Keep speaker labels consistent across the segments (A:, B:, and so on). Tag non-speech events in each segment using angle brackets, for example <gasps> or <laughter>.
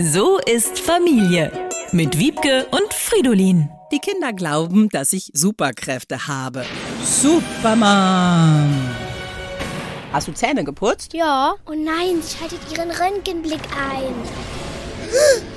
A: So ist Familie mit Wiebke und Fridolin.
B: Die Kinder glauben, dass ich Superkräfte habe. Superman! Hast du Zähne geputzt?
C: Ja. Oh nein, sie schaltet ihren Röntgenblick ein.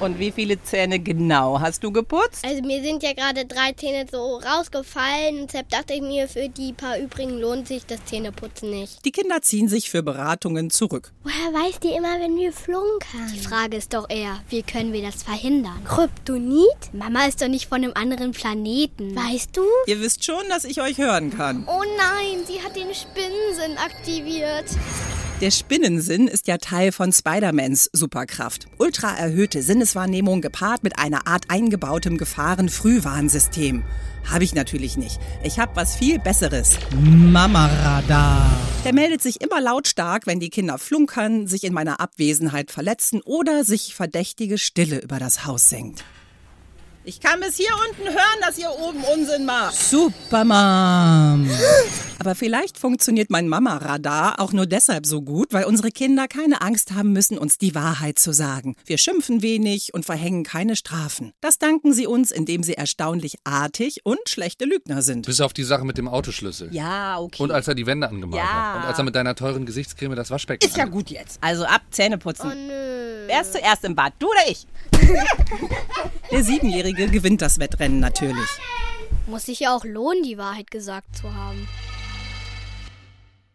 B: Und wie viele Zähne genau hast du geputzt?
C: Also mir sind ja gerade drei Zähne so rausgefallen. Und deshalb dachte ich mir, für die paar übrigen lohnt sich das Zähneputzen nicht.
B: Die Kinder ziehen sich für Beratungen zurück.
C: Woher weiß die immer, wenn wir flunkern? Die Frage ist doch eher, wie können wir das verhindern? Kryptonit? Mama ist doch nicht von einem anderen Planeten. Weißt du?
B: Ihr wisst schon, dass ich euch hören kann.
C: Oh nein, sie hat den Spinnensinn aktiviert.
B: Der Spinnensinn ist ja Teil von Spider-Mans Superkraft. Ultra erhöhte Sinneswahrnehmung gepaart mit einer Art eingebautem Gefahrenfrühwarnsystem. Habe ich natürlich nicht. Ich habe was viel Besseres. Mama-Radar. Der meldet sich immer lautstark, wenn die Kinder flunkern, sich in meiner Abwesenheit verletzen oder sich verdächtige Stille über das Haus senkt. Ich kann bis hier unten hören, dass ihr oben Unsinn macht. Supermam. <gasps> Aber vielleicht funktioniert mein Mama-Radar auch nur deshalb so gut, weil unsere Kinder keine Angst haben müssen, uns die Wahrheit zu sagen. Wir schimpfen wenig und verhängen keine Strafen. Das danken sie uns, indem sie erstaunlich artig und schlechte Lügner sind.
D: Bis auf die Sache mit dem Autoschlüssel.
B: Ja, okay.
D: Und als er die Wände angemalt
B: Ja.
D: hat. Und als er mit deiner teuren Gesichtscreme das Waschbecken
B: ist ja
D: an-
B: gut jetzt. Also ab Zähneputzen.
C: Nö.
B: Wer ist zuerst im Bad? Du oder ich? <laughs> Der Siebenjährige gewinnt das Wettrennen natürlich.
C: Muss sich ja auch lohnen, die Wahrheit gesagt zu haben.